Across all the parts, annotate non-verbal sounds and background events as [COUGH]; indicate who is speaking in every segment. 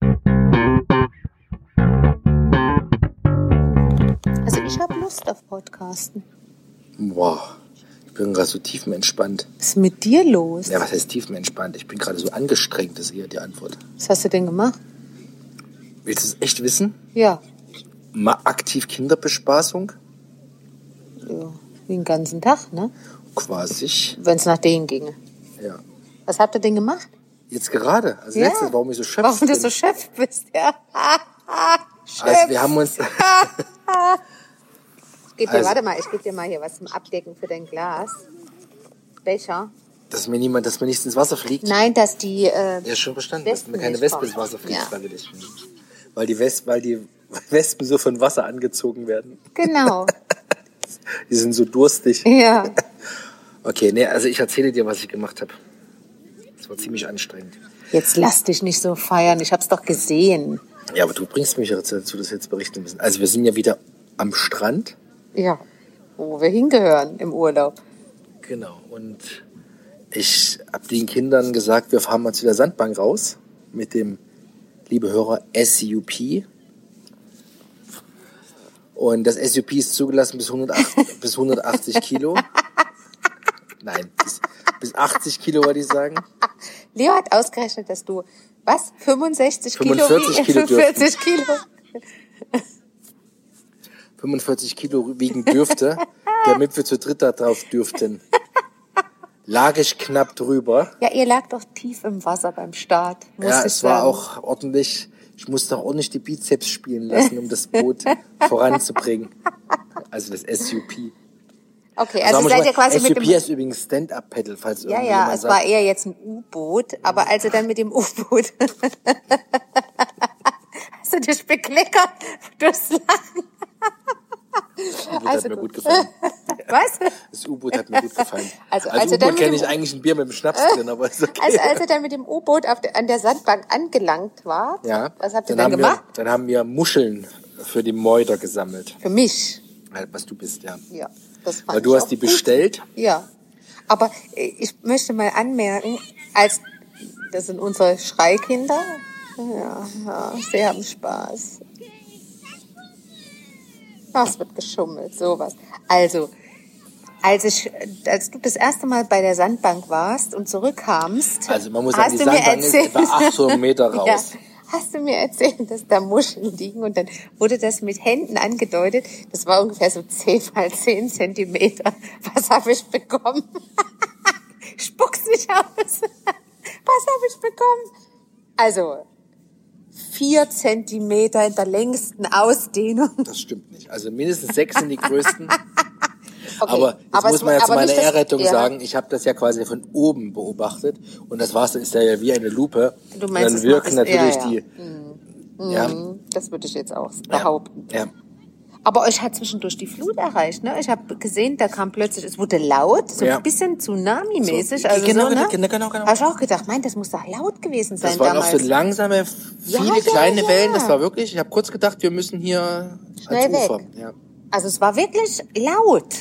Speaker 1: Also Lust auf Podcasten.
Speaker 2: Boah, ich bin gerade so tiefenentspannt.
Speaker 1: Was ist mit dir los?
Speaker 2: Ja, was heißt tiefenentspannt? Ich bin gerade so angestrengt, ist eher die Antwort.
Speaker 1: Was hast du denn gemacht?
Speaker 2: Willst du es echt wissen?
Speaker 1: Ja,
Speaker 2: Mal aktiv Kinderbespaßung?
Speaker 1: ja den ganzen Tag, ne?
Speaker 2: Quasi.
Speaker 1: Wenn es nach denen ginge.
Speaker 2: Ja.
Speaker 1: Was habt ihr denn gemacht?
Speaker 2: Jetzt gerade. Also
Speaker 1: Ja.
Speaker 2: letztes, warum ich so schöpf
Speaker 1: Warum
Speaker 2: bin.
Speaker 1: du so Chef bist, ja. [LAUGHS] Chef.
Speaker 2: also wir haben uns.
Speaker 1: ich geb dir,
Speaker 2: also-
Speaker 1: warte mal, ich gebe dir mal hier was zum Abdecken für dein Glas. Becher.
Speaker 2: [LAUGHS] dass mir niemand, dass mir nichts ins Wasser fliegt.
Speaker 1: Nein, dass die... Äh,
Speaker 2: Ja, schon verstanden,
Speaker 1: Wespen
Speaker 2: dass mir keine
Speaker 1: nicht
Speaker 2: Wespe
Speaker 1: kommen.
Speaker 2: ins Wasser fliegt,
Speaker 1: Ja.
Speaker 2: weil, wir dich, weil die Wespen, weil die Wespen so von Wasser angezogen werden. [LAUGHS]
Speaker 1: Genau.
Speaker 2: Die sind so durstig.
Speaker 1: ja.
Speaker 2: Okay, nee, also ich erzähle dir, was ich gemacht habe. Das war ziemlich anstrengend.
Speaker 1: Jetzt lass dich nicht so feiern. Ich hab's doch gesehen.
Speaker 2: Ja, aber du bringst mich ja dazu, das jetzt berichten müssen. Also wir sind ja wieder am Strand.
Speaker 1: Ja. Wo wir hingehören im Urlaub.
Speaker 2: Genau. Und ich habe den Kindern gesagt, wir fahren mal zu der Sandbank raus mit dem, liebe Hörer, SUP. Und das SUP ist zugelassen bis [LAUGHS] 180, bis 180 Kilo. Nein, bis, bis 80 Kilo wollte ich sagen.
Speaker 1: Leo hat ausgerechnet, dass du, was? 65
Speaker 2: 45
Speaker 1: Kilo?
Speaker 2: Kilo
Speaker 1: 45 Kilo.
Speaker 2: 45 Kilo wiegen dürfte, damit wir zu dritt da drauf dürften. Lag ich knapp drüber.
Speaker 1: Ja, ihr lag doch tief im Wasser beim Start. Muss
Speaker 2: ja,
Speaker 1: ich
Speaker 2: es war
Speaker 1: sagen.
Speaker 2: auch ordentlich. Ich musste auch ordentlich die Bizeps spielen lassen, um das
Speaker 1: [LAUGHS]
Speaker 2: Boot voranzubringen. Also das SUP.
Speaker 1: Okay, also
Speaker 2: Sagen wir schon
Speaker 1: seid ihr
Speaker 2: mal,
Speaker 1: quasi mit
Speaker 2: SUP
Speaker 1: dem.
Speaker 2: ist übrigens Stand-Up-Paddle, falls
Speaker 1: Ja, ja,
Speaker 2: irgendjemand
Speaker 1: es war
Speaker 2: sagt.
Speaker 1: eher jetzt ein U-Boot, aber als ihr dann mit dem U-Boot. [LAUGHS] Hast du dich bekleckert durchs Lachen?
Speaker 2: Das U-Boot
Speaker 1: also
Speaker 2: hat mir
Speaker 1: gut.
Speaker 2: gut
Speaker 1: [LAUGHS]
Speaker 2: gefallen.
Speaker 1: [LAUGHS] Was?
Speaker 2: Das U-Boot hat mir gut gefallen.
Speaker 1: Also,
Speaker 2: als
Speaker 1: also dann
Speaker 2: U-Boot
Speaker 1: mit
Speaker 2: kenne
Speaker 1: dem-
Speaker 2: ich eigentlich ein Bier mit dem Schnaps drin, aber ist okay.
Speaker 1: Also als ihr dann mit dem U-Boot auf der- an der Sandbank angelangt wart,
Speaker 2: ja,
Speaker 1: was habt ihr
Speaker 2: haben
Speaker 1: dann, gemacht?
Speaker 2: Wir, dann haben wir Muscheln für die Mäuder gesammelt.
Speaker 1: Für mich.
Speaker 2: Halt, Was du bist, ja.
Speaker 1: Ja, das fand
Speaker 2: Weil du
Speaker 1: ich
Speaker 2: hast
Speaker 1: auch
Speaker 2: die
Speaker 1: gut.
Speaker 2: bestellt.
Speaker 1: Ja, aber äh, ich möchte mal anmerken, als das sind unsere Schreikinder. Ja, ja, sie haben Spaß. Ach, es wird geschummelt, sowas. Also, als ich, als du das erste Mal bei der Sandbank warst und zurückkamst,
Speaker 2: Also man muss
Speaker 1: hast
Speaker 2: sagen, die
Speaker 1: du mir
Speaker 2: Sandbank ist
Speaker 1: erzählt-
Speaker 2: etwa 800 Meter raus.
Speaker 1: [LAUGHS] Ja. Hast du mir erzählt, dass da Muscheln liegen und dann wurde das mit Händen angedeutet. Das war ungefähr so 10 mal 10 Zentimeter. Was habe ich bekommen? [LAUGHS] Spuck's nicht aus. Was habe ich bekommen? Also, vier Zentimeter in der längsten Ausdehnung.
Speaker 2: Das stimmt nicht. Also mindestens sechs
Speaker 1: [LAUGHS]
Speaker 2: sind die größten.
Speaker 1: Okay,
Speaker 2: Aber jetzt muss
Speaker 1: es-
Speaker 2: man ja zu
Speaker 1: aber
Speaker 2: meiner
Speaker 1: nicht das-
Speaker 2: Ehrrettung
Speaker 1: ja.
Speaker 2: sagen, ich habe das ja quasi von oben beobachtet und das Wasser ist ja ja wie eine Lupe.
Speaker 1: Du meinst,
Speaker 2: dann
Speaker 1: es
Speaker 2: wirken
Speaker 1: macht es-
Speaker 2: natürlich
Speaker 1: ja, ja.
Speaker 2: die. Ja,
Speaker 1: Hm, Das würde ich jetzt auch
Speaker 2: ja,
Speaker 1: behaupten.
Speaker 2: Ja.
Speaker 1: Aber euch hat zwischendurch die Flut erreicht, ne? Ich habe gesehen, da kam plötzlich, es wurde laut, so
Speaker 2: Ja.
Speaker 1: ein bisschen Tsunami-mäßig.
Speaker 2: So,
Speaker 1: also
Speaker 2: genau,
Speaker 1: so, ne?
Speaker 2: genau, genau, genau.
Speaker 1: Habe ich auch gedacht, mein, das muss doch laut gewesen sein
Speaker 2: Das waren
Speaker 1: damals.
Speaker 2: auch so langsame, viele
Speaker 1: Ja, ja,
Speaker 2: kleine
Speaker 1: ja.
Speaker 2: Wellen. Das war wirklich, ich habe kurz gedacht, wir müssen hier
Speaker 1: Schnell
Speaker 2: ans
Speaker 1: weg.
Speaker 2: Ufer. Ja.
Speaker 1: also es war wirklich laut.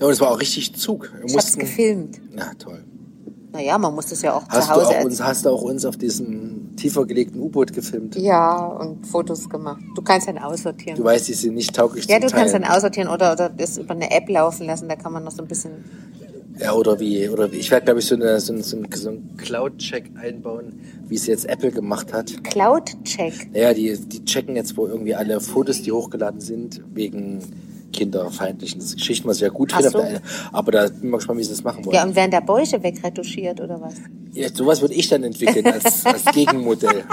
Speaker 2: ja, und es war auch richtig Zug. Wir
Speaker 1: Ich habe es
Speaker 2: mussten-
Speaker 1: gefilmt.
Speaker 2: Na toll.
Speaker 1: Naja, man muss das ja auch
Speaker 2: Hast
Speaker 1: zu
Speaker 2: du,
Speaker 1: Hause
Speaker 2: auch uns,
Speaker 1: erzählen.
Speaker 2: hast du auch uns auf diesem tiefer gelegten U-Boot gefilmt?
Speaker 1: Ja, und Fotos gemacht. Du kannst dann aussortieren.
Speaker 2: Du weißt, die sind nicht tauglich
Speaker 1: ja,
Speaker 2: zum
Speaker 1: du kannst dann
Speaker 2: Teilen.
Speaker 1: aussortieren oder, oder das über eine App laufen lassen, da kann man noch so ein bisschen...
Speaker 2: Ja, oder wie, oder wie. Ich werde, glaube ich, so, eine, so, ein- so, ein- so einen Cloud-Check einbauen, wie es jetzt Apple gemacht hat.
Speaker 1: Cloud-Check.
Speaker 2: Naja, die, die checken jetzt, wo irgendwie alle Fotos, die hochgeladen sind, wegen kinderfeindlichen Geschichten, was ich ja gut
Speaker 1: Ach
Speaker 2: finde.
Speaker 1: so.
Speaker 2: auf der einen- Aber da bin ich mal gespannt, wie sie das machen wollen.
Speaker 1: Ja, und werden da Bäuche wegretuschiert oder was? [LAUGHS]
Speaker 2: Ja, sowas würde ich dann entwickeln als, als Gegenmodell.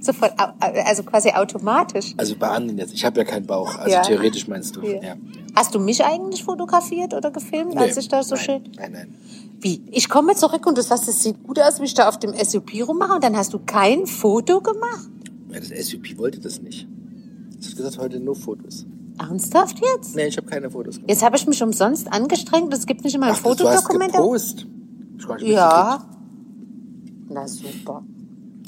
Speaker 1: Sofort, au- also quasi automatisch.
Speaker 2: Also bei anderen jetzt. Ich habe ja keinen Bauch. Also
Speaker 1: Ja.
Speaker 2: theoretisch meinst du.
Speaker 1: Ja.
Speaker 2: Ja.
Speaker 1: Hast du mich eigentlich fotografiert oder gefilmt, als
Speaker 2: Nee,
Speaker 1: ich da so
Speaker 2: nein,
Speaker 1: schön.
Speaker 2: Nein, nein.
Speaker 1: Wie? Ich komme zurück und du sagst, es sieht gut aus, wie ich da auf dem SUP rummache und dann hast du kein Foto gemacht.
Speaker 2: Ja, das SUP wollte das nicht. Es hat gesagt, heute nur Fotos.
Speaker 1: Ernsthaft jetzt?
Speaker 2: Nee, ich habe keine Fotos gemacht.
Speaker 1: Jetzt habe ich mich umsonst angestrengt und es gibt nicht immer ein
Speaker 2: Ach, das- du hast
Speaker 1: Fotodokument.
Speaker 2: gepostet. Ich gar nicht mitgekriegt.
Speaker 1: Ja. Na super.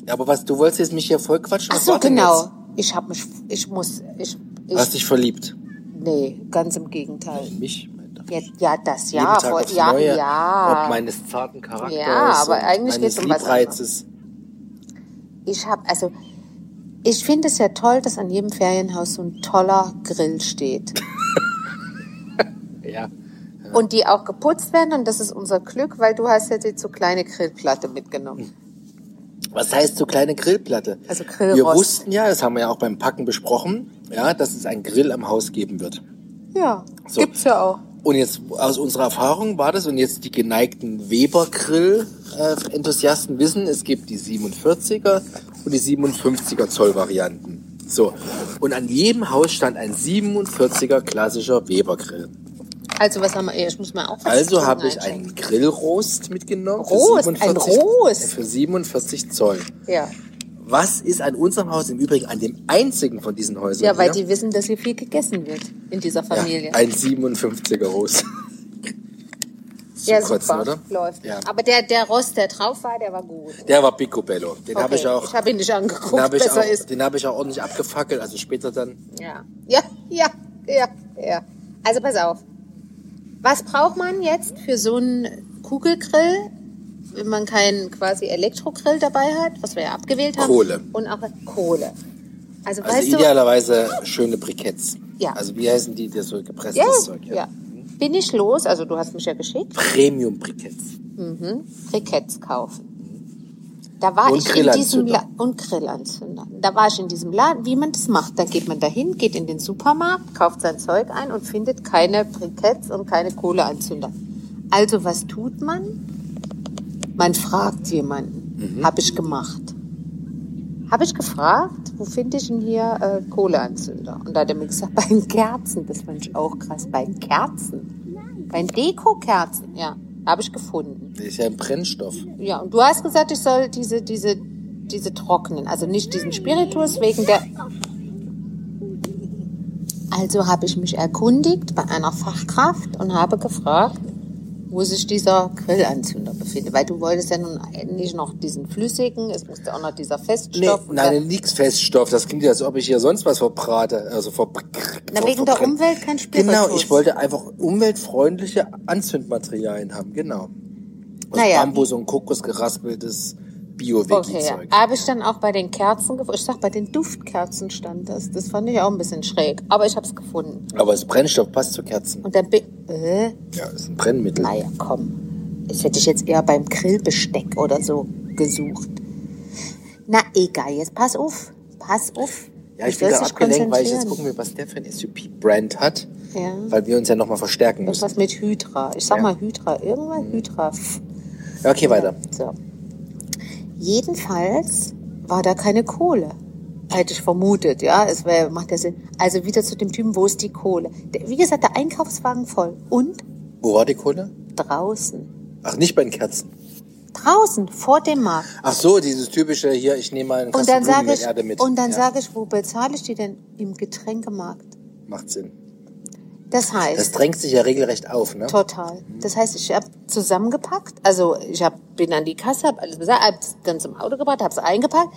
Speaker 2: Ja, Aber was, du wolltest jetzt mich hier voll quatschen?
Speaker 1: Ach
Speaker 2: Was
Speaker 1: so,
Speaker 2: war denn
Speaker 1: genau.
Speaker 2: Jetzt?
Speaker 1: Ich habe mich, ich muss, ich,
Speaker 2: Du hast
Speaker 1: ich,
Speaker 2: dich verliebt.
Speaker 1: nee, ganz im Gegenteil.
Speaker 2: In mich, mein Gott.
Speaker 1: Ja, ja das
Speaker 2: Jeden
Speaker 1: ja,
Speaker 2: Tag
Speaker 1: aber-
Speaker 2: aufs
Speaker 1: ja,
Speaker 2: Neue,
Speaker 1: ja.
Speaker 2: Ob meines zarten Charakters.
Speaker 1: Ja, aber
Speaker 2: und
Speaker 1: eigentlich
Speaker 2: meines
Speaker 1: geht's um was
Speaker 2: Liebreizes.
Speaker 1: Ich habe also ich finde es ja toll, dass an jedem Ferienhaus so ein toller Grill steht.
Speaker 2: Ja.
Speaker 1: Und die auch geputzt werden und das ist unser Glück, weil du hast ja die zu kleine Grillplatte mitgenommen.
Speaker 2: Was heißt so kleine Grillplatte?
Speaker 1: Also
Speaker 2: Wir
Speaker 1: Grillrost.
Speaker 2: wussten ja, das haben wir ja auch beim Packen besprochen, ja, dass es einen Grill am Haus geben wird.
Speaker 1: Ja,
Speaker 2: Hm. So.
Speaker 1: gibt's ja auch.
Speaker 2: Und jetzt aus unserer Erfahrung war das, und jetzt die geneigten Weber-Grill-Enthusiasten wissen, es gibt die 47er und die 57er Zoll-Varianten. So, und an jedem Haus stand ein 47er klassischer Weber-Grill.
Speaker 1: Also was haben wir? Ich muss mal auch was
Speaker 2: Also
Speaker 1: trinken
Speaker 2: habe ich
Speaker 1: einschenken.
Speaker 2: einen Grillrost mitgenommen.
Speaker 1: Rost, ein Rost.
Speaker 2: Für 47 Zoll.
Speaker 1: Ja,
Speaker 2: Was ist an unserem Haus im Übrigen an dem einzigen von diesen Häusern?
Speaker 1: ja weil
Speaker 2: hier?
Speaker 1: die wissen, dass hier viel gegessen wird in dieser Familie.
Speaker 2: Ja, ein 57er
Speaker 1: [LAUGHS]
Speaker 2: Rost.
Speaker 1: Ja,
Speaker 2: Zu kotzen,
Speaker 1: super,
Speaker 2: oder?
Speaker 1: läuft.
Speaker 2: Ja.
Speaker 1: Aber der, der Rost, der drauf war, der war gut.
Speaker 2: Der war picobello. Den habe ich auch.
Speaker 1: Ich habe ihn nicht angeguckt,
Speaker 2: Den habe ich,
Speaker 1: besser
Speaker 2: auch-
Speaker 1: ist.
Speaker 2: den hab ich auch ordentlich abgefackelt, also später dann.
Speaker 1: Ja. ja, ja, ja, ja. Also pass auf. Was braucht man jetzt für so einen Kugelgrill, wenn man keinen quasi Elektrogrill dabei hat, was wir ja abgewählt haben?
Speaker 2: Kohle.
Speaker 1: Und auch Kohle. Also,
Speaker 2: Also
Speaker 1: weißt du,
Speaker 2: idealerweise schöne Briketts.
Speaker 1: Ja.
Speaker 2: Also wie heißen die, der so gepresstes
Speaker 1: ja,
Speaker 2: Zeug?
Speaker 1: ja. bin ich los, also du hast mich ja geschickt,
Speaker 2: Premium Briketts.
Speaker 1: mhm. Briketts kaufen. Da war
Speaker 2: Und
Speaker 1: ich in diesem
Speaker 2: Grillanzünder.
Speaker 1: La und Grillanzünder. Da war ich in diesem Laden, wie man das macht. Da geht man dahin, geht in den Supermarkt, kauft sein Zeug ein und findet keine Briketts und keine Kohleanzünder. Also was tut man? Man fragt
Speaker 2: Mhm.
Speaker 1: jemanden. Hab ich gemacht. Habe ich gefragt, wo finde ich denn hier äh, Kohleanzünder? Und da hat er mir gesagt, [LAUGHS] bei den Kerzen. Das fand ich auch krass. Bei den Kerzen? Bei den Dekokerzen, ja. Habe ich gefunden.
Speaker 2: Das ist ja ein Brennstoff.
Speaker 1: Ja, und du hast gesagt, ich soll diese, diese, diese trocknen. Also nicht diesen Spiritus wegen der. Also habe ich mich erkundigt bei einer Fachkraft und habe gefragt, wo sich dieser Grillanzünder befindet. Weil du wolltest ja nun nicht noch diesen flüssigen, es musste auch noch dieser
Speaker 2: Nee,
Speaker 1: Feststoff. und
Speaker 2: nein, nix Feststoff. Das klingt ja, als ob ich hier sonst was verbrate. Also ver
Speaker 1: Na,
Speaker 2: ver-
Speaker 1: wegen der
Speaker 2: verbrenn-
Speaker 1: Umwelt kein Spiritus.
Speaker 2: Genau, ich wollte einfach umweltfreundliche Anzündmaterialien haben, genau. Aus
Speaker 1: Naja.
Speaker 2: Bambus und Kokos geraspeltes
Speaker 1: Okay, ja.
Speaker 2: Bio-Wiki-Zeug.
Speaker 1: habe ich dann auch bei den Kerzen gefunden. Ich sag, bei den Duftkerzen stand das. Das fand ich auch ein bisschen schräg. Aber ich habe es gefunden.
Speaker 2: Aber das Brennstoff passt zu Kerzen.
Speaker 1: Und dann bin... Äh?
Speaker 2: Ja, ist ein Brennmittel.
Speaker 1: Naja, komm. Das hätte ich jetzt eher beim Grillbesteck oder so gesucht. Na egal, jetzt pass auf. Pass auf.
Speaker 2: Ja, ich
Speaker 1: Du
Speaker 2: bin da
Speaker 1: sollst dich
Speaker 2: abgelenkt, weil ich jetzt
Speaker 1: konzentrieren.
Speaker 2: gucken
Speaker 1: Mhm.
Speaker 2: will, was der für ein SUP-Brand hat.
Speaker 1: Ja.
Speaker 2: Weil wir uns ja nochmal verstärken müssen.
Speaker 1: Irgendwas mit Hydra. Ich sag
Speaker 2: Ja.
Speaker 1: mal Hydra. Irgendwas Hydra. Pff.
Speaker 2: Ja, okay, weiter.
Speaker 1: So. Jedenfalls war da keine Kohle. Hätte ich vermutet, ja. Es wär, macht ja Sinn. Also wieder zu dem Typen, wo ist die Kohle? Der, wie gesagt, der Einkaufswagen voll. Und
Speaker 2: Wo war die Kohle?
Speaker 1: draußen.
Speaker 2: Ach, nicht bei den Kerzen.
Speaker 1: Draußen, vor dem Markt.
Speaker 2: Ach so, dieses typische hier, ich nehme mal einen
Speaker 1: Und
Speaker 2: Kasten
Speaker 1: dann sage ich,
Speaker 2: Blumenerde mit.
Speaker 1: und dann
Speaker 2: ja,
Speaker 1: sage ich, wo bezahle ich die denn? Im Getränkemarkt.
Speaker 2: Macht Sinn.
Speaker 1: Das
Speaker 2: Das
Speaker 1: heißt,
Speaker 2: drängt sich ja regelrecht auf, ne?
Speaker 1: total. Das heißt, ich habe zusammengepackt. Also ich hab, bin an die Kasse, habe alles gesagt, hab's dann zum Auto gebracht, habe es eingepackt.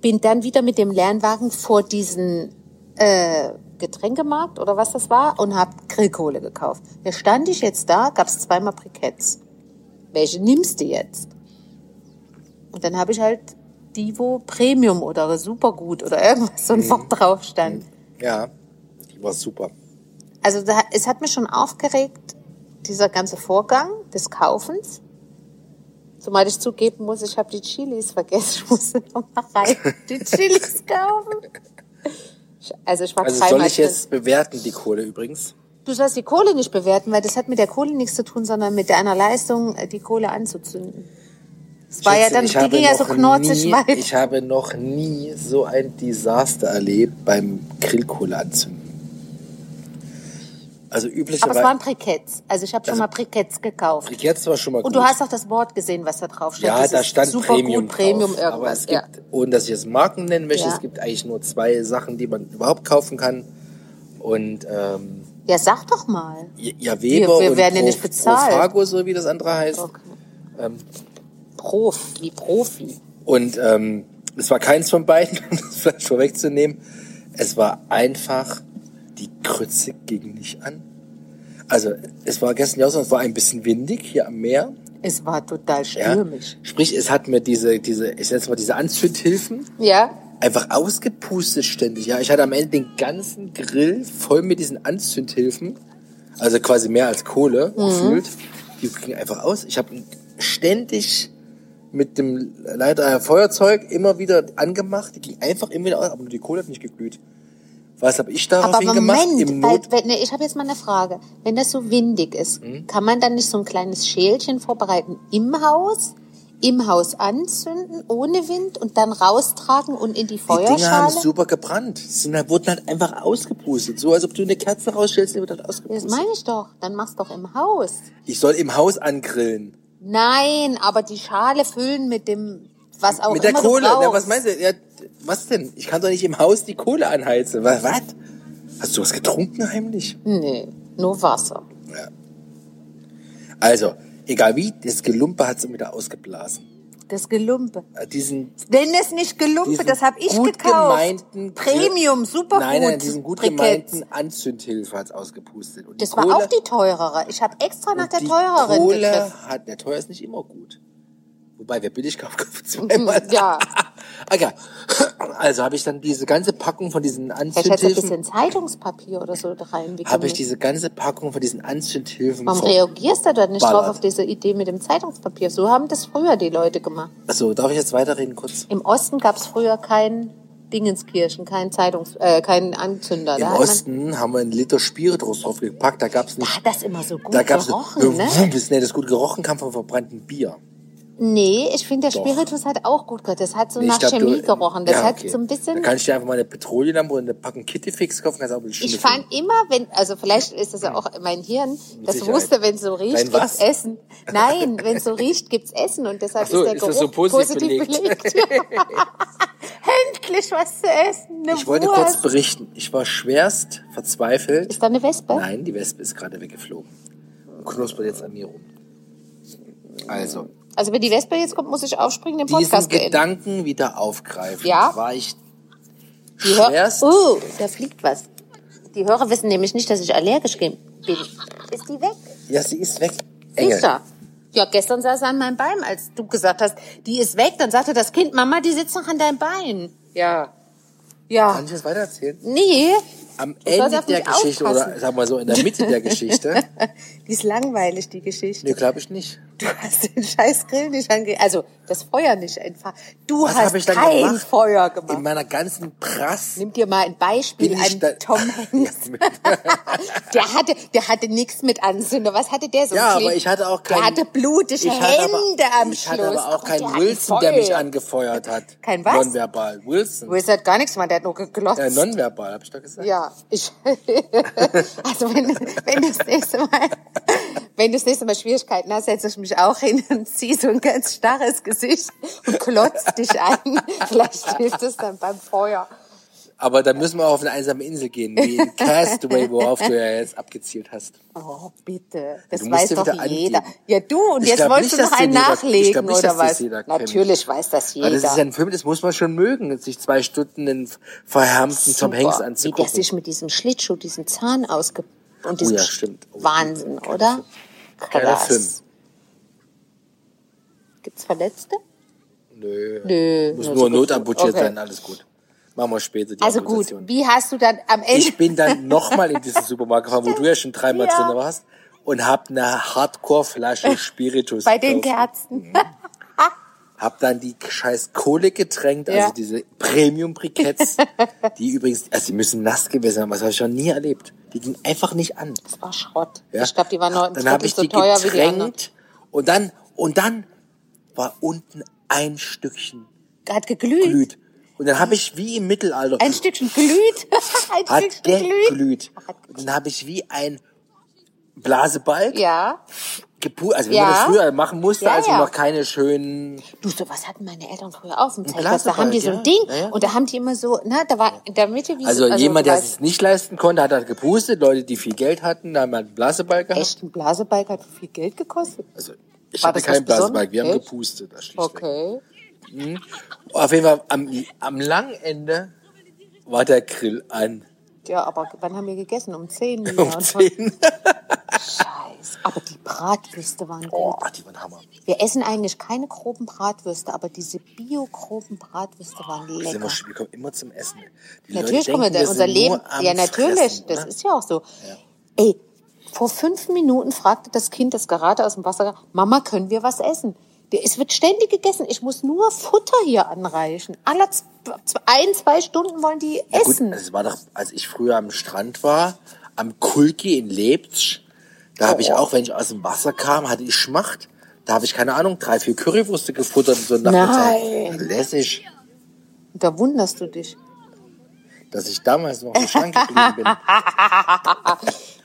Speaker 1: bin dann wieder mit dem Lernwagen vor diesen äh, Getränkemarkt oder was das war und hab Grillkohle gekauft. Da stand ich jetzt da, gab's zweimal Briketts. Welche nimmst du jetzt? Und dann habe ich halt die, wo Premium oder Supergut oder irgendwas so ein Wort drauf stand.
Speaker 2: Ja, die war super.
Speaker 1: Also da, es hat mich schon aufgeregt, dieser ganze Vorgang des Kaufens. Zumal ich zugeben muss, ich habe die Chilis vergessen. Ich musste nochmal
Speaker 2: [LAUGHS]
Speaker 1: rein die Chilis kaufen. Ich- Also ich war
Speaker 2: Also
Speaker 1: dreimal
Speaker 2: soll ich
Speaker 1: drin.
Speaker 2: jetzt bewerten, die Kohle übrigens?
Speaker 1: Du sollst die Kohle nicht bewerten, weil das hat mit der Kohle nichts zu tun, sondern mit deiner Leistung, äh, die Kohle anzuzünden. Es war ja
Speaker 2: Schätze,
Speaker 1: dann,
Speaker 2: ich
Speaker 1: die
Speaker 2: habe
Speaker 1: ging ja so
Speaker 2: noch
Speaker 1: knorzig
Speaker 2: nie-
Speaker 1: weit.
Speaker 2: Ich habe noch nie so ein Desaster erlebt beim Grillkohle anzünden. Also üblicherweise...
Speaker 1: Aber es waren Briketts. Also ich habe schon
Speaker 2: Also-
Speaker 1: mal Briketts gekauft.
Speaker 2: Briketts war schon mal
Speaker 1: Und
Speaker 2: gut.
Speaker 1: du hast auch das Wort gesehen, was da drauf steht.
Speaker 2: Ja,
Speaker 1: Das
Speaker 2: da
Speaker 1: ist
Speaker 2: stand
Speaker 1: super
Speaker 2: Premium,
Speaker 1: gut, Premium
Speaker 2: drauf.
Speaker 1: irgendwas.
Speaker 2: Aber es
Speaker 1: ja.
Speaker 2: gibt, ohne dass ich jetzt Marken nennen möchte,
Speaker 1: Ja.
Speaker 2: es gibt eigentlich nur zwei Sachen, die man überhaupt kaufen kann. Und ähm,
Speaker 1: Ja, sag doch mal.
Speaker 2: ja, Weber
Speaker 1: wir
Speaker 2: und
Speaker 1: werden ja
Speaker 2: Pro-
Speaker 1: nicht bezahlt.
Speaker 2: Profago, so wie das andere heißt. Ähm,
Speaker 1: Prof, wie Profi.
Speaker 2: Und ähm, es war keins von beiden, [LAUGHS] um das vielleicht vorwegzunehmen. Es war einfach, die Krütze ging nicht an. Also es war gestern ja auch so, es war ein bisschen windig hier am Meer.
Speaker 1: Es war total
Speaker 2: Ja?
Speaker 1: stürmisch.
Speaker 2: Sprich, es hat mir diese, diese, ich setze mal diese Anzündhilfen
Speaker 1: Ja?
Speaker 2: einfach ausgepustet ständig. Ja, ich hatte am Ende den ganzen Grill voll mit diesen Anzündhilfen Also quasi mehr als Kohle
Speaker 1: Mhm.
Speaker 2: gefühlt. Die ging einfach aus. Ich habe ständig mit dem Leiter Feuerzeug immer wieder angemacht. Die ging einfach immer wieder aus, aber nur die Kohle hat nicht geglüht. Was habe ich
Speaker 1: Aber
Speaker 2: daraufhin gemacht? Im
Speaker 1: Moment, weil,
Speaker 2: Not Hm?
Speaker 1: wenn, nee, ich habe jetzt mal eine Frage. Wenn das so windig ist, kann man dann nicht so ein kleines Schälchen vorbereiten im Haus, im Haus anzünden, ohne Wind und dann raustragen und in die
Speaker 2: die Dinger haben
Speaker 1: Feuerschale?
Speaker 2: super gebrannt. Die sind, halt- wurden halt einfach ausgepustet. So, als ob du eine Kerze rausstellst, die wird halt
Speaker 1: Das
Speaker 2: ausgepustet.
Speaker 1: meine ich doch. Dann mach's doch im Haus.
Speaker 2: Ich soll im Haus angrillen.
Speaker 1: Nein, aber die Schale füllen mit dem, was auch
Speaker 2: Mit der
Speaker 1: immer
Speaker 2: Kohle.
Speaker 1: du brauchst.
Speaker 2: Na, was meinst du? Ja, was denn? Ich kann doch nicht im Haus die Kohle anheizen. Was? was? Hast du was getrunken heimlich?
Speaker 1: Nee, nur Wasser.
Speaker 2: Also, egal wie, das Gelumpe hat sie wieder ausgeblasen.
Speaker 1: Das Gelumpe.
Speaker 2: Äh, Diesen,
Speaker 1: Denn es nicht Gelumpe,
Speaker 2: diesen
Speaker 1: das habe ich
Speaker 2: gut
Speaker 1: gekauft.
Speaker 2: Gemeinten,
Speaker 1: Premium, super
Speaker 2: Nein,
Speaker 1: gut.
Speaker 2: nein, diesen gut
Speaker 1: Briketts.
Speaker 2: gemeinten Anzündhilfe hat's ausgepustet. Und
Speaker 1: Das
Speaker 2: die
Speaker 1: war
Speaker 2: Kohle,
Speaker 1: auch die teurere. Ich habe extra nach
Speaker 2: und
Speaker 1: der
Speaker 2: die
Speaker 1: teureren gegriffen.
Speaker 2: Kohle hat, der teuer ist nicht immer gut. Wobei, wer billig kauft, [LAUGHS] kauft zweimal.
Speaker 1: Mhm,
Speaker 2: [LAUGHS]
Speaker 1: Ja.
Speaker 2: Okay. Also habe ich dann diese ganze Packung von diesen
Speaker 1: Vielleicht hätte ein
Speaker 2: Anzündhilfen,
Speaker 1: bisschen Zeitungspapier oder so reinwickeln
Speaker 2: habe ich
Speaker 1: müssen.
Speaker 2: diese ganze Packung von diesen Anzündhilfen
Speaker 1: Warum
Speaker 2: ver-
Speaker 1: reagierst du da nicht
Speaker 2: Ballert.
Speaker 1: drauf auf diese Idee mit dem Zeitungspapier? So haben das früher die Leute gemacht.
Speaker 2: So, darf ich jetzt weiterreden kurz?
Speaker 1: Im Osten gab es früher kein Dingenskirchen, kein Zeitungs, äh, keinen Anzünder.
Speaker 2: Im
Speaker 1: da
Speaker 2: Osten haben wir einen Liter Spiritus draufgepackt, da gab's nicht.
Speaker 1: hat man, hat Ah, das immer so gut
Speaker 2: Da gab's
Speaker 1: gerochen, ne?
Speaker 2: Wumm, [LAUGHS] das, nee, das gut gerochen kam vom verbrannten Bier.
Speaker 1: Nee, ich finde, der
Speaker 2: Doch.
Speaker 1: Spiritus hat auch gut gerochen. Das hat so
Speaker 2: Nee,
Speaker 1: nach
Speaker 2: ich glaub,
Speaker 1: Chemie
Speaker 2: du-
Speaker 1: gerochen. Das
Speaker 2: Ja,
Speaker 1: hat
Speaker 2: okay.
Speaker 1: so ein
Speaker 2: Da
Speaker 1: bisschen...
Speaker 2: kann ich dir einfach mal eine Petroleumlampe und eine Packung Kittyfix kaufen, kannst auch mit
Speaker 1: Ich
Speaker 2: Schimmel
Speaker 1: fand immer, wenn, also vielleicht ist das ja auch mein Hirn, das
Speaker 2: Sicherheit.
Speaker 1: wusste, wenn es so riecht,
Speaker 2: Dein
Speaker 1: gibt's
Speaker 2: was?
Speaker 1: Essen. Nein, wenn es so riecht, gibt's Essen und deshalb
Speaker 2: Ach so,
Speaker 1: ist der
Speaker 2: ist
Speaker 1: Geruch
Speaker 2: das so positiv belegt? [LAUGHS]
Speaker 1: [LAUGHS] Endlich was zu essen, eine
Speaker 2: Ich wollte
Speaker 1: Wurst.
Speaker 2: kurz berichten. Ich war schwerst verzweifelt.
Speaker 1: Ist da eine Wespe?
Speaker 2: Nein, die Wespe ist gerade weggeflogen. Und knuspert jetzt an mir rum. Also,
Speaker 1: Also wenn die Wespe jetzt kommt, muss ich aufspringen, den
Speaker 2: diesen
Speaker 1: Podcast beenden.
Speaker 2: Gedanken wieder aufgreifen.
Speaker 1: Ja.
Speaker 2: War ich
Speaker 1: Die Hör-
Speaker 2: schwerst
Speaker 1: Oh, da fliegt was. Die Hörer wissen nämlich nicht, dass ich allergisch ge- bin. Ist die weg?
Speaker 2: Ja, sie ist weg. Engel.
Speaker 1: Siehst du? Ja, gestern saß sie an meinem Bein, als du gesagt hast, die ist weg. Dann sagte das Kind, Mama, die sitzt noch an deinem Bein. Ja. Ja.
Speaker 2: Kann ich das weitererzählen?
Speaker 1: Nee,
Speaker 2: Am
Speaker 1: sollst
Speaker 2: Ende
Speaker 1: auf
Speaker 2: der
Speaker 1: mich
Speaker 2: Geschichte,
Speaker 1: aufpassen.
Speaker 2: oder sagen wir so, in der
Speaker 1: [LAUGHS]
Speaker 2: Mitte der Geschichte.
Speaker 1: die ist langweilig, die Geschichte.
Speaker 2: Nee, glaube ich nicht.
Speaker 1: Du hast den scheiß Grill nicht ange... Also, das Feuer nicht entfacht. Du
Speaker 2: Was
Speaker 1: hast
Speaker 2: hab ich dann
Speaker 1: kein
Speaker 2: gemacht?
Speaker 1: Feuer
Speaker 2: In
Speaker 1: gemacht.
Speaker 2: meiner ganzen Prass
Speaker 1: Nimm dir mal ein Beispiel
Speaker 2: bin ich
Speaker 1: an
Speaker 2: da- [LAUGHS]
Speaker 1: Tom Hanks. [LAUGHS] der hatte, der hatte nichts mit Anzünder. Was hatte der so?
Speaker 2: Ja,
Speaker 1: Kleben-
Speaker 2: aber ich hatte auch keinen.
Speaker 1: Der hatte blutige
Speaker 2: ich hatte aber-
Speaker 1: Hände am
Speaker 2: Ich
Speaker 1: Schluss.
Speaker 2: hatte aber auch
Speaker 1: Oh,
Speaker 2: keinen
Speaker 1: der hat
Speaker 2: Wilson, der mich
Speaker 1: Feuer.
Speaker 2: angefeuert hat.
Speaker 1: Kein was?
Speaker 2: Nonverbal. Wilson.
Speaker 1: Wilson hat halt gar nichts gemacht, der hat nur geglotzt.
Speaker 2: Äh, nonverbal, hab ich doch gesagt.
Speaker 1: Ja, ich. [LAUGHS] also wenn, wenn du das nächste Mal, wenn du das nächste Mal Schwierigkeiten hast, setze ich mich auch hin und zieh so ein ganz starres Gesicht und klotzt dich ein.
Speaker 2: [LAUGHS]
Speaker 1: Vielleicht hilft es dann beim Feuer.
Speaker 2: Aber da müssen wir auch auf eine einsame Insel gehen,
Speaker 1: [LAUGHS]
Speaker 2: wie in Castaway, worauf du ja jetzt abgezielt hast.
Speaker 1: Oh, bitte. Das
Speaker 2: du musst
Speaker 1: weiß
Speaker 2: dir
Speaker 1: doch
Speaker 2: wieder
Speaker 1: jeder.
Speaker 2: angeben.
Speaker 1: Ja, du, und
Speaker 2: Ich
Speaker 1: jetzt
Speaker 2: glaub
Speaker 1: wolltest
Speaker 2: nicht,
Speaker 1: du
Speaker 2: dass
Speaker 1: noch einen
Speaker 2: den jeder- ich
Speaker 1: nachlegen,
Speaker 2: glaub nicht,
Speaker 1: oder
Speaker 2: dass das
Speaker 1: was?
Speaker 2: jeder kennt.
Speaker 1: Natürlich weiß das jeder.
Speaker 2: Aber das ist ja ein Film, das muss man schon mögen, sich zwei Stunden den verhärmten Tom
Speaker 1: Super.
Speaker 2: Hanks
Speaker 1: Wie
Speaker 2: anzugucken.
Speaker 1: der sich mit diesem Schlittschuh, diesem Zahn ausge... Und
Speaker 2: Oh
Speaker 1: diesem
Speaker 2: ja, stimmt. Oh,
Speaker 1: Wahnsinn, oder?
Speaker 2: Geiler Film.
Speaker 1: Gibt's Verletzte?
Speaker 2: Nö.
Speaker 1: Nö.
Speaker 2: Muss
Speaker 1: nur
Speaker 2: nur
Speaker 1: so
Speaker 2: notabutiert
Speaker 1: okay.
Speaker 2: sein, alles gut. Machen wir später die
Speaker 1: Also gut,
Speaker 2: Amputation.
Speaker 1: wie hast du dann am Ende...
Speaker 2: Ich bin dann nochmal in
Speaker 1: [LAUGHS]
Speaker 2: diesen Supermarkt gefahren, wo du ja schon dreimal
Speaker 1: Ja.
Speaker 2: drin warst und hab eine Hardcore-Flasche Spiritus
Speaker 1: bei den
Speaker 2: gekauft.
Speaker 1: Kerzen.
Speaker 2: Hab dann die scheiß Kohle getränkt,
Speaker 1: Ja.
Speaker 2: also diese
Speaker 1: [LAUGHS]
Speaker 2: Premium-Briketts, die übrigens, also die müssen nass gewesen sein, was habe ich schon nie erlebt. Die gingen einfach nicht an.
Speaker 1: Das war Schrott.
Speaker 2: Ja?
Speaker 1: Ich glaube, die waren noch ein
Speaker 2: Dann
Speaker 1: Drittel
Speaker 2: habe ich
Speaker 1: so
Speaker 2: die
Speaker 1: teuer wie die anderen.
Speaker 2: getränkt und dann, und dann war unten ein Stückchen
Speaker 1: Hat geglüht.
Speaker 2: glüht. Und dann habe ich wie im Mittelalter
Speaker 1: Ein Stückchen glüht. [LAUGHS] ein
Speaker 2: hat
Speaker 1: Stückchen glüht.
Speaker 2: geglüht. Und dann habe ich wie ein Blasebalg
Speaker 1: Ja.
Speaker 2: gepu also wie
Speaker 1: Ja.
Speaker 2: man das früher machen musste,
Speaker 1: Ja,
Speaker 2: als wir
Speaker 1: ja.
Speaker 2: noch keine schönen
Speaker 1: Du, sowas hatten meine Eltern früher auf dem Zeltplatz.
Speaker 2: Glas
Speaker 1: Da haben die so ein
Speaker 2: dabei,
Speaker 1: Ding
Speaker 2: ja. Ja, ja.
Speaker 1: und da haben die immer so, na, da war in der Mitte wie
Speaker 2: Also
Speaker 1: so,
Speaker 2: jemand, der
Speaker 1: weißt,
Speaker 2: es nicht leisten konnte, hat halt gepustet. Leute, die viel Geld hatten, da haben halt einen Blaseball gehabt.
Speaker 1: Echt, ein Blasebalg hat viel Geld gekostet?
Speaker 2: Also ich
Speaker 1: War
Speaker 2: hatte
Speaker 1: das was
Speaker 2: keinen Blaseball, wir haben
Speaker 1: Besonderes?
Speaker 2: gepustet. Das schlichtweg.
Speaker 1: Okay.
Speaker 2: Auf jeden Fall, am, am langen Ende war der Grill an.
Speaker 1: Ja, aber wann haben wir gegessen? Um 10 Uhr.
Speaker 2: Um [LAUGHS] 10.
Speaker 1: Scheiße. Aber die Bratwürste waren
Speaker 2: Oh,
Speaker 1: gut.
Speaker 2: die waren Hammer.
Speaker 1: Wir essen eigentlich keine groben Bratwürste, aber diese bio-groben Bratwürste waren
Speaker 2: Sind wir,
Speaker 1: lecker.
Speaker 2: schon- wir kommen immer zum Essen. Die Leute
Speaker 1: Natürlich kommen wir
Speaker 2: denken,
Speaker 1: da unser
Speaker 2: sind
Speaker 1: Leben.
Speaker 2: nur am ne?
Speaker 1: Ja, natürlich.
Speaker 2: Fressen,
Speaker 1: das
Speaker 2: ne?
Speaker 1: ist ja auch so. Ey, Vor fünf Minuten fragte das Kind, das gerade aus dem Wasser kam, Mama, können wir was essen? Der- Es wird ständig gegessen. Ich muss nur Futter hier anreichen. Alle z- z- ein, zwei Stunden wollen die
Speaker 2: Ja,
Speaker 1: essen.
Speaker 2: Gut, es war doch, als ich früher am Strand war, am Kulki in Lebtsch, da habe
Speaker 1: Oh,
Speaker 2: ich auch, wenn ich aus dem Wasser kam, hatte ich Schmacht. Da habe ich, keine Ahnung, drei, vier Currywurste gefuttert und so einen Nachmittag.
Speaker 1: Nein.
Speaker 2: Lässig,
Speaker 1: da wunderst du dich.
Speaker 2: dass ich damals noch so schlank geblieben
Speaker 1: [LAUGHS]
Speaker 2: bin.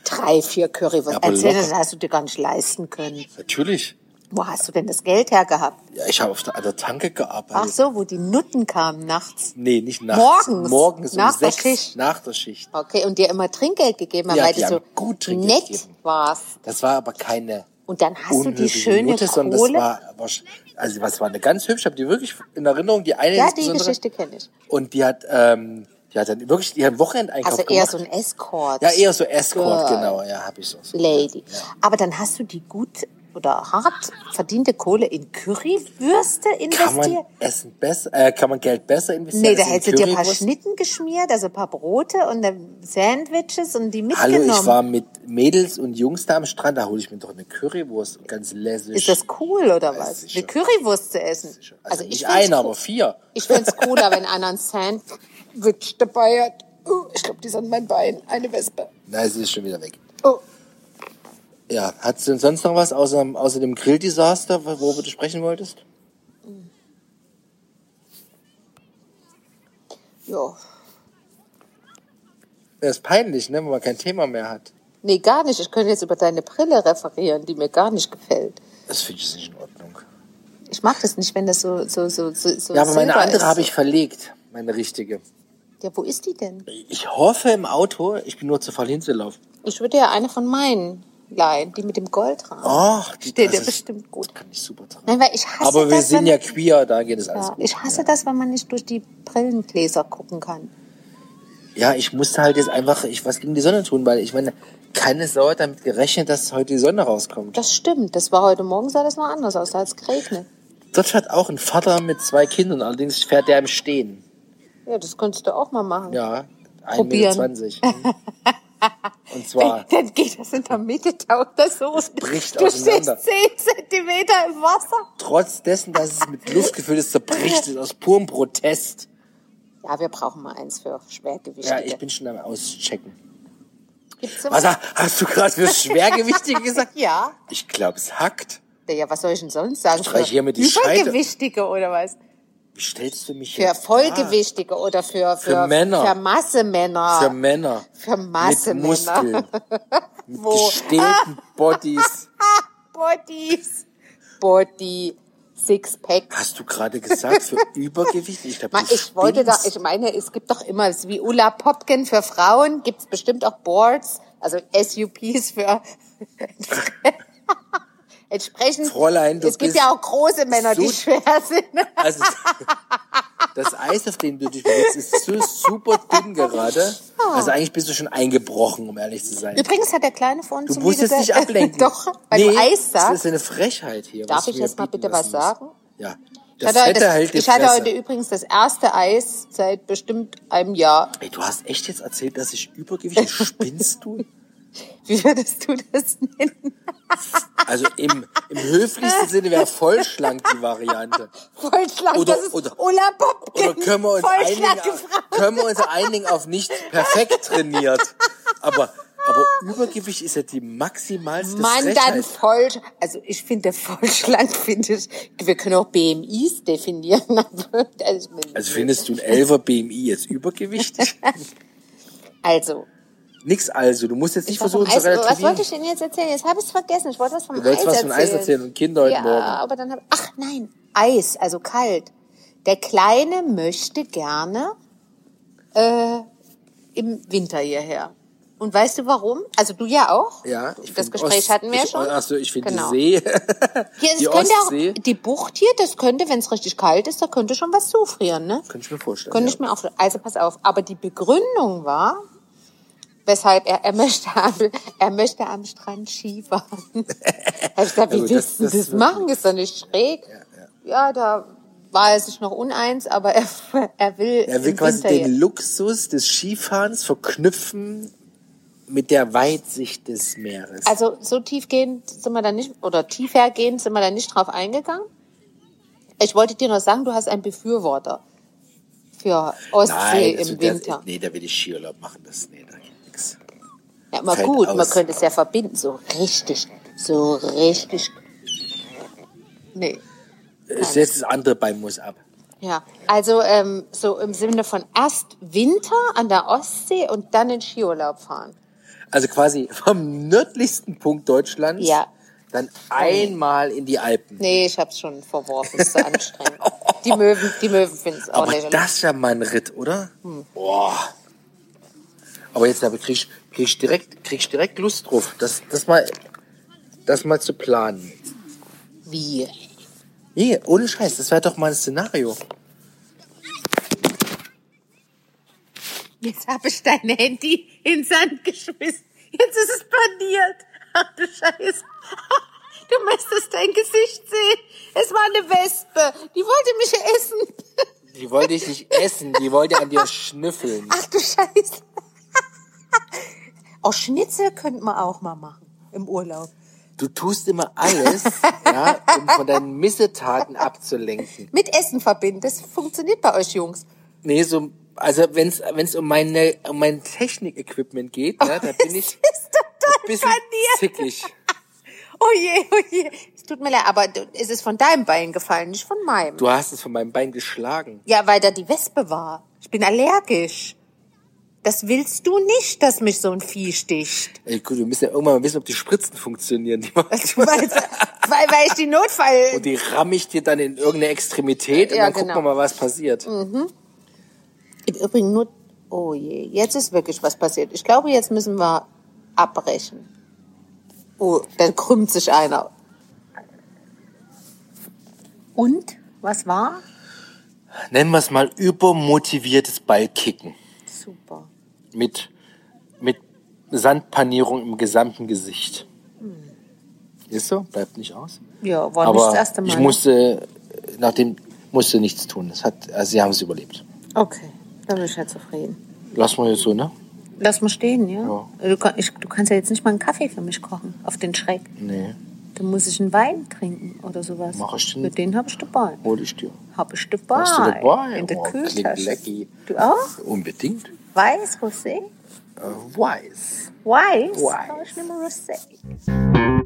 Speaker 1: Drei, vier Currywurst.
Speaker 2: Ja, aber
Speaker 1: Erzähl,
Speaker 2: locker.
Speaker 1: das hast du dir gar nicht leisten können.
Speaker 2: Natürlich.
Speaker 1: Wo hast du denn das Geld hergehabt?
Speaker 2: Ja, ich habe auf der, an der Tanke
Speaker 1: Ach
Speaker 2: gearbeitet.
Speaker 1: so, wo die Nutten kamen nachts.
Speaker 2: Nee, nicht nachts.
Speaker 1: Morgens.
Speaker 2: Morgens um
Speaker 1: Nach der
Speaker 2: sechs.
Speaker 1: Schicht.
Speaker 2: Nach der Schicht.
Speaker 1: Okay, und dir immer Trinkgeld gegeben haben,
Speaker 2: Ja,
Speaker 1: weil
Speaker 2: die
Speaker 1: du so
Speaker 2: haben gut Trinkgeld
Speaker 1: nett
Speaker 2: gegeben.
Speaker 1: warst.
Speaker 2: Das war aber keine
Speaker 1: Und dann hast du die
Speaker 2: unhöfliche
Speaker 1: schöne
Speaker 2: Note, sondern das
Speaker 1: Kohle.
Speaker 2: war, war sch- also was war eine ganz hübsche, ich habe die wirklich in Erinnerung, die eine
Speaker 1: ja, die
Speaker 2: insbesondere-
Speaker 1: Geschichte kenne ich.
Speaker 2: Und die hat, ähm, die hat dann wirklich ihren Wochenendeinkauf
Speaker 1: Also eher
Speaker 2: gemacht.
Speaker 1: so ein Escort.
Speaker 2: ja, eher so Escort,
Speaker 1: Girl.
Speaker 2: genau. Ja, habe ich so.
Speaker 1: Lady. Aber dann hast du die gut oder hart verdiente Kohle in Currywürste
Speaker 2: Kann man
Speaker 1: investiert.
Speaker 2: Essen besser, äh, kann man Geld besser investieren?
Speaker 1: Nee, da
Speaker 2: als in
Speaker 1: hättest du dir ein paar
Speaker 2: Currywurst?
Speaker 1: Schnitten geschmiert, also ein paar Brote und dann Sandwiches und die
Speaker 2: Hallo,
Speaker 1: mitgenommen.
Speaker 2: ich war mit Mädels und Jungs da am Strand, da hole ich mir doch eine Currywurst und ganz lässig.
Speaker 1: Ist das cool oder was?
Speaker 2: ich
Speaker 1: Eine
Speaker 2: schon.
Speaker 1: Currywurst zu essen.
Speaker 2: also,
Speaker 1: ich
Speaker 2: nicht
Speaker 1: find's
Speaker 2: eine,
Speaker 1: cool.
Speaker 2: aber vier.
Speaker 1: Ich find's cooler, wenn einer ein Sandwich dabei hat. Oh, ich glaube, die sind mein Bein. Eine Wespe.
Speaker 2: Nein, sie ist schon wieder weg.
Speaker 1: Oh.
Speaker 2: Ja, hast du denn sonst noch was außer, außer dem Grilldesaster, worüber du sprechen wolltest?
Speaker 1: Ja.
Speaker 2: Das ist peinlich, ne, wenn man kein Thema mehr hat.
Speaker 1: Nee, gar nicht. Ich könnte jetzt über deine Brille referieren, die mir gar nicht gefällt.
Speaker 2: Das finde ich nicht in Ordnung.
Speaker 1: Ich mag das nicht, wenn das so so so so. so
Speaker 2: Ja, aber meine
Speaker 1: silber
Speaker 2: andere
Speaker 1: ist.
Speaker 2: habe ich verlegt, meine richtige.
Speaker 1: Ja, wo ist die denn?
Speaker 2: Ich hoffe im Auto, ich bin nur zu faul hinzulaufen.
Speaker 1: Ich würde ja eine von meinen leihen, die mit dem Goldrahmen.
Speaker 2: Ach, die
Speaker 1: Steht
Speaker 2: das
Speaker 1: dir
Speaker 2: ist-
Speaker 1: bestimmt gut.
Speaker 2: Kann ich super tragen.
Speaker 1: Nein, weil ich hasse
Speaker 2: Aber wir
Speaker 1: das,
Speaker 2: sind
Speaker 1: wenn-
Speaker 2: ja queer, da geht es alles
Speaker 1: Ja,
Speaker 2: gut.
Speaker 1: ich hasse das, wenn man nicht durch die Brillengläser gucken kann.
Speaker 2: Ja, ich musste halt jetzt einfach, ich was gegen die Sonne tun, weil ich meine, keine Sau hat damit gerechnet, dass heute die Sonne rauskommt.
Speaker 1: Das stimmt. Das war heute Morgen, sah das noch anders aus, da hat es geregnet.
Speaker 2: Dort hat auch ein Vater mit zwei Kindern, allerdings fährt der im Stehen.
Speaker 1: Ja, das könntest du auch mal machen.
Speaker 2: Ja,
Speaker 1: Probieren.
Speaker 2: 1,20 Meter. Und zwar,
Speaker 1: [LAUGHS] Dann geht das in der Mitte, taucht das so. Es
Speaker 2: bricht
Speaker 1: du
Speaker 2: auseinander.
Speaker 1: stehst 10 Zentimeter im Wasser.
Speaker 2: trotz dessen, dass es mit Luft gefüllt ist, zerbricht es aus purem Protest.
Speaker 1: Ja, wir brauchen mal eins für Schwergewichtige.
Speaker 2: Ja, ich bin schon am Auschecken.
Speaker 1: Gibt's sowas?
Speaker 2: Was hast du gerade für Schwergewichtige gesagt?
Speaker 1: [LAUGHS] Ja.
Speaker 2: Ich glaube, es hackt.
Speaker 1: Ja, was soll ich denn sonst sagen?
Speaker 2: Streich
Speaker 1: Für
Speaker 2: hier mit die
Speaker 1: Übergewichtige oder was?
Speaker 2: Wie stellst du mich
Speaker 1: Für
Speaker 2: jetzt
Speaker 1: Vollgewichtige oder für, für,
Speaker 2: Männer.
Speaker 1: Für Massemänner.
Speaker 2: dar? Für Männer.
Speaker 1: Ah, Für
Speaker 2: Mit
Speaker 1: Massemänner. [LAUGHS]
Speaker 2: Muskeln. mit
Speaker 1: Wo? [LAUGHS]
Speaker 2: gestählten Bodies.
Speaker 1: Bodies. Body. Sixpack.
Speaker 2: Hast du gerade gesagt, für Übergewicht? Ich glaube,
Speaker 1: Ma, Ich wollte da, ich meine, es gibt doch immer, es ist wie Ulla Popkin für Frauen, gibt's bestimmt auch Boards, also SUPs für [LAUGHS] entsprechend.
Speaker 2: Fräulein, du
Speaker 1: es gibt
Speaker 2: bist
Speaker 1: ja auch große Männer, die
Speaker 2: so-
Speaker 1: schwer sind.
Speaker 2: Also, [LAUGHS] das Eis, auf dem du dich bewegst, ist so super dünn gerade.
Speaker 1: Ah.
Speaker 2: Also eigentlich bist du schon eingebrochen, um ehrlich zu sein.
Speaker 1: Übrigens hat der Kleine von uns
Speaker 2: Du
Speaker 1: zum
Speaker 2: musst jetzt
Speaker 1: Video
Speaker 2: nicht
Speaker 1: gesagt- [LAUGHS]
Speaker 2: ablenken.
Speaker 1: Doch, weil
Speaker 2: nee,
Speaker 1: du Eis
Speaker 2: Das
Speaker 1: sagst.
Speaker 2: ist eine Frechheit hier.
Speaker 1: Darf
Speaker 2: was
Speaker 1: ich
Speaker 2: du
Speaker 1: jetzt
Speaker 2: mir
Speaker 1: mal
Speaker 2: bieten
Speaker 1: bitte was
Speaker 2: lassen musst.
Speaker 1: sagen?
Speaker 2: Ja.
Speaker 1: Ich
Speaker 2: Das
Speaker 1: hatte, heute,
Speaker 2: Fette
Speaker 1: das,
Speaker 2: halt die
Speaker 1: ich hatte
Speaker 2: Fresse.
Speaker 1: heute übrigens das erste Eis seit bestimmt einem Jahr. [LAUGHS]
Speaker 2: Ey, du hast echt jetzt erzählt, dass ich übergewichtig spinnst du?
Speaker 1: Wie würdest du das nennen?
Speaker 2: Also im, im höflichsten Sinne wäre vollschlank die Variante.
Speaker 1: Vollschlag,
Speaker 2: Oder-
Speaker 1: das ist
Speaker 2: oder-
Speaker 1: Ulla Popkin.
Speaker 2: Oder können wir uns einigen,
Speaker 1: Vollschlag gefragt.
Speaker 2: können wir uns einigen auf nicht perfekt trainiert. Aber, aber Übergewicht ist ja die maximalste
Speaker 1: Mann, dann
Speaker 2: Frechheit.
Speaker 1: voll, also ich finde vollschlank finde ich, wir können auch BMIs definieren. [LAUGHS] Also,
Speaker 2: Also findest du ein 11er BMI jetzt übergewichtig?
Speaker 1: also
Speaker 2: Nix also, du musst jetzt nicht
Speaker 1: was, vom
Speaker 2: versuchen zu
Speaker 1: Eis, was
Speaker 2: relativieren.
Speaker 1: wollte ich denn jetzt erzählen? Jetzt habe ich es vergessen. Ich wollte was vom
Speaker 2: Du
Speaker 1: Eis
Speaker 2: wolltest was
Speaker 1: erzählen.
Speaker 2: von Eis erzählen und Kinder heute
Speaker 1: ja,
Speaker 2: Morgen.
Speaker 1: aber dann habe ach nein, Eis, also kalt. Der Kleine möchte gerne äh, im Winter hierher. Und weißt du warum? Also du ja auch.
Speaker 2: Ja, ich
Speaker 1: das
Speaker 2: find
Speaker 1: Gespräch
Speaker 2: Ost-
Speaker 1: hatten wir ja
Speaker 2: ich,
Speaker 1: schon.
Speaker 2: Achso, ich finde
Speaker 1: Genau.
Speaker 2: die See. [LAUGHS]
Speaker 1: Hier, das
Speaker 2: die
Speaker 1: könnte
Speaker 2: Ostsee.
Speaker 1: auch die Bucht hier, das könnte, wenn es richtig kalt ist, da könnte schon was zufrieren, ne?
Speaker 2: Könnte ich mir vorstellen.
Speaker 1: Könnte
Speaker 2: ja.
Speaker 1: ich mir auch. Also pass auf. Aber die Begründung war, weshalb er, er möchte am, er möchte am Strand Skifahren. [LAUGHS] Hab ich gesagt,
Speaker 2: Ja,
Speaker 1: wie
Speaker 2: gut, das-
Speaker 1: willst du
Speaker 2: das
Speaker 1: das,
Speaker 2: wird
Speaker 1: machen? Ist doch nicht schräg. Ja, da war er sich noch uneins, aber er, [LAUGHS] er will.
Speaker 2: Er will
Speaker 1: im
Speaker 2: quasi
Speaker 1: Winter
Speaker 2: den
Speaker 1: jetzt.
Speaker 2: Luxus des Skifahrens verknüpfen mit der Weitsicht des Meeres.
Speaker 1: Also so tiefgehend sind wir da nicht, oder tiefergehend sind wir da nicht drauf eingegangen. Ich wollte dir noch sagen, du hast einen Befürworter für Ostsee
Speaker 2: also
Speaker 1: im Winter.
Speaker 2: Das, nee, da will ich Skiurlaub machen. Das, nee, da geht nichts.
Speaker 1: ja, mal
Speaker 2: fällt
Speaker 1: gut, man
Speaker 2: aus.
Speaker 1: könnte es ja verbinden, so richtig, so richtig. Nee.
Speaker 2: Ich setze das andere Bein muss ab.
Speaker 1: Ja, also ähm, so im Sinne von erst Winter an der Ostsee und dann in Skiurlaub fahren.
Speaker 2: Also quasi vom nördlichsten Punkt Deutschlands.
Speaker 1: Ja.
Speaker 2: Dann einmal in die Alpen.
Speaker 1: Nee, ich hab's schon verworfen, ist zu anstrengend. Die Möwen, die Möwen finden's auch
Speaker 2: Aber
Speaker 1: lächerlich.
Speaker 2: das ist ja mal ein Ritt, oder?
Speaker 1: Hm.
Speaker 2: Boah. Aber jetzt kriege ich, krieg ich, direkt- krieg ich direkt Lust drauf, das, das, mal, das mal zu planen.
Speaker 1: Wie?
Speaker 2: Nee, ohne Scheiß, das wäre doch mal ein Szenario.
Speaker 1: Jetzt habe ich dein Handy in den Sand geschmissen. Jetzt ist es paniert. Ach du Scheiße. Du müsstest dein Gesicht sehen. Es war eine Wespe. Die wollte mich essen.
Speaker 2: Die wollte ich nicht essen, die wollte an dir schnüffeln.
Speaker 1: Ach du Scheiße. Auch Schnitzel könnten wir auch mal machen im Urlaub.
Speaker 2: Du tust immer alles, ja, um von deinen Missetaten abzulenken.
Speaker 1: Mit Essen verbinden. Das funktioniert bei euch Jungs.
Speaker 2: Nee, so, also wenn's, wenn's um meine, um mein Technik-Equipment geht, ne, da bin ich
Speaker 1: Das ist total
Speaker 2: ein bisschen
Speaker 1: paniert.
Speaker 2: zickig.
Speaker 1: Oh je, oh je. Es tut mir leid, aber du- es ist von deinem Bein gefallen, nicht von meinem.
Speaker 2: Du hast es von meinem Bein geschlagen.
Speaker 1: Ja, weil da die Wespe war. Ich bin allergisch. Das willst du nicht, dass mich so ein Vieh sticht. [LAUGHS] Also,
Speaker 2: Ey, gut, wir müssen ja irgendwann mal wissen, ob die Spritzen funktionieren. Die man-
Speaker 1: weil, weil, weil ich die Notfall...
Speaker 2: und die ramme ich dir dann in irgendeine Extremität und
Speaker 1: Ja,
Speaker 2: dann gucken
Speaker 1: genau.
Speaker 2: wir mal, was passiert.
Speaker 1: Im Übrigen nur... Oh je, jetzt ist wirklich was passiert. Ich glaube, jetzt müssen wir abbrechen. Oh, da krümmt sich einer. Und? Was war?
Speaker 2: Nennen wir es mal übermotiviertes Ballkicken
Speaker 1: Super.
Speaker 2: mit, mit Sandpanierung im gesamten Gesicht. Ist so, bleibt nicht aus.
Speaker 1: Ja, war
Speaker 2: Aber
Speaker 1: Hm. nicht das erste Mal.
Speaker 2: ich
Speaker 1: ne?
Speaker 2: musste, nachdem musste nichts tun. Es hat, also sie haben es überlebt.
Speaker 1: okay, dann bin ich ja zufrieden.
Speaker 2: Lass mal jetzt so, ne?
Speaker 1: Lass mal stehen, ja?
Speaker 2: Ja.
Speaker 1: Du, kann- ich, du kannst ja jetzt nicht mal einen Kaffee für mich kochen, auf den Schreck.
Speaker 2: Nee,
Speaker 1: Dann muss ich einen Wein trinken oder sowas.
Speaker 2: Mach ich den-
Speaker 1: den? Den hab ich dabei.
Speaker 2: hol ich dir.
Speaker 1: Hab ich dabei.
Speaker 2: Hast du dabei?
Speaker 1: In der
Speaker 2: Oh,
Speaker 1: Kühltasche.
Speaker 2: klingt lecky.
Speaker 1: Du auch?
Speaker 2: Unbedingt.
Speaker 1: Weiß, Rosé?
Speaker 2: Äh, weiß.
Speaker 1: Weiß?
Speaker 2: Weiß.
Speaker 1: Oh, Ich nehme Rosé.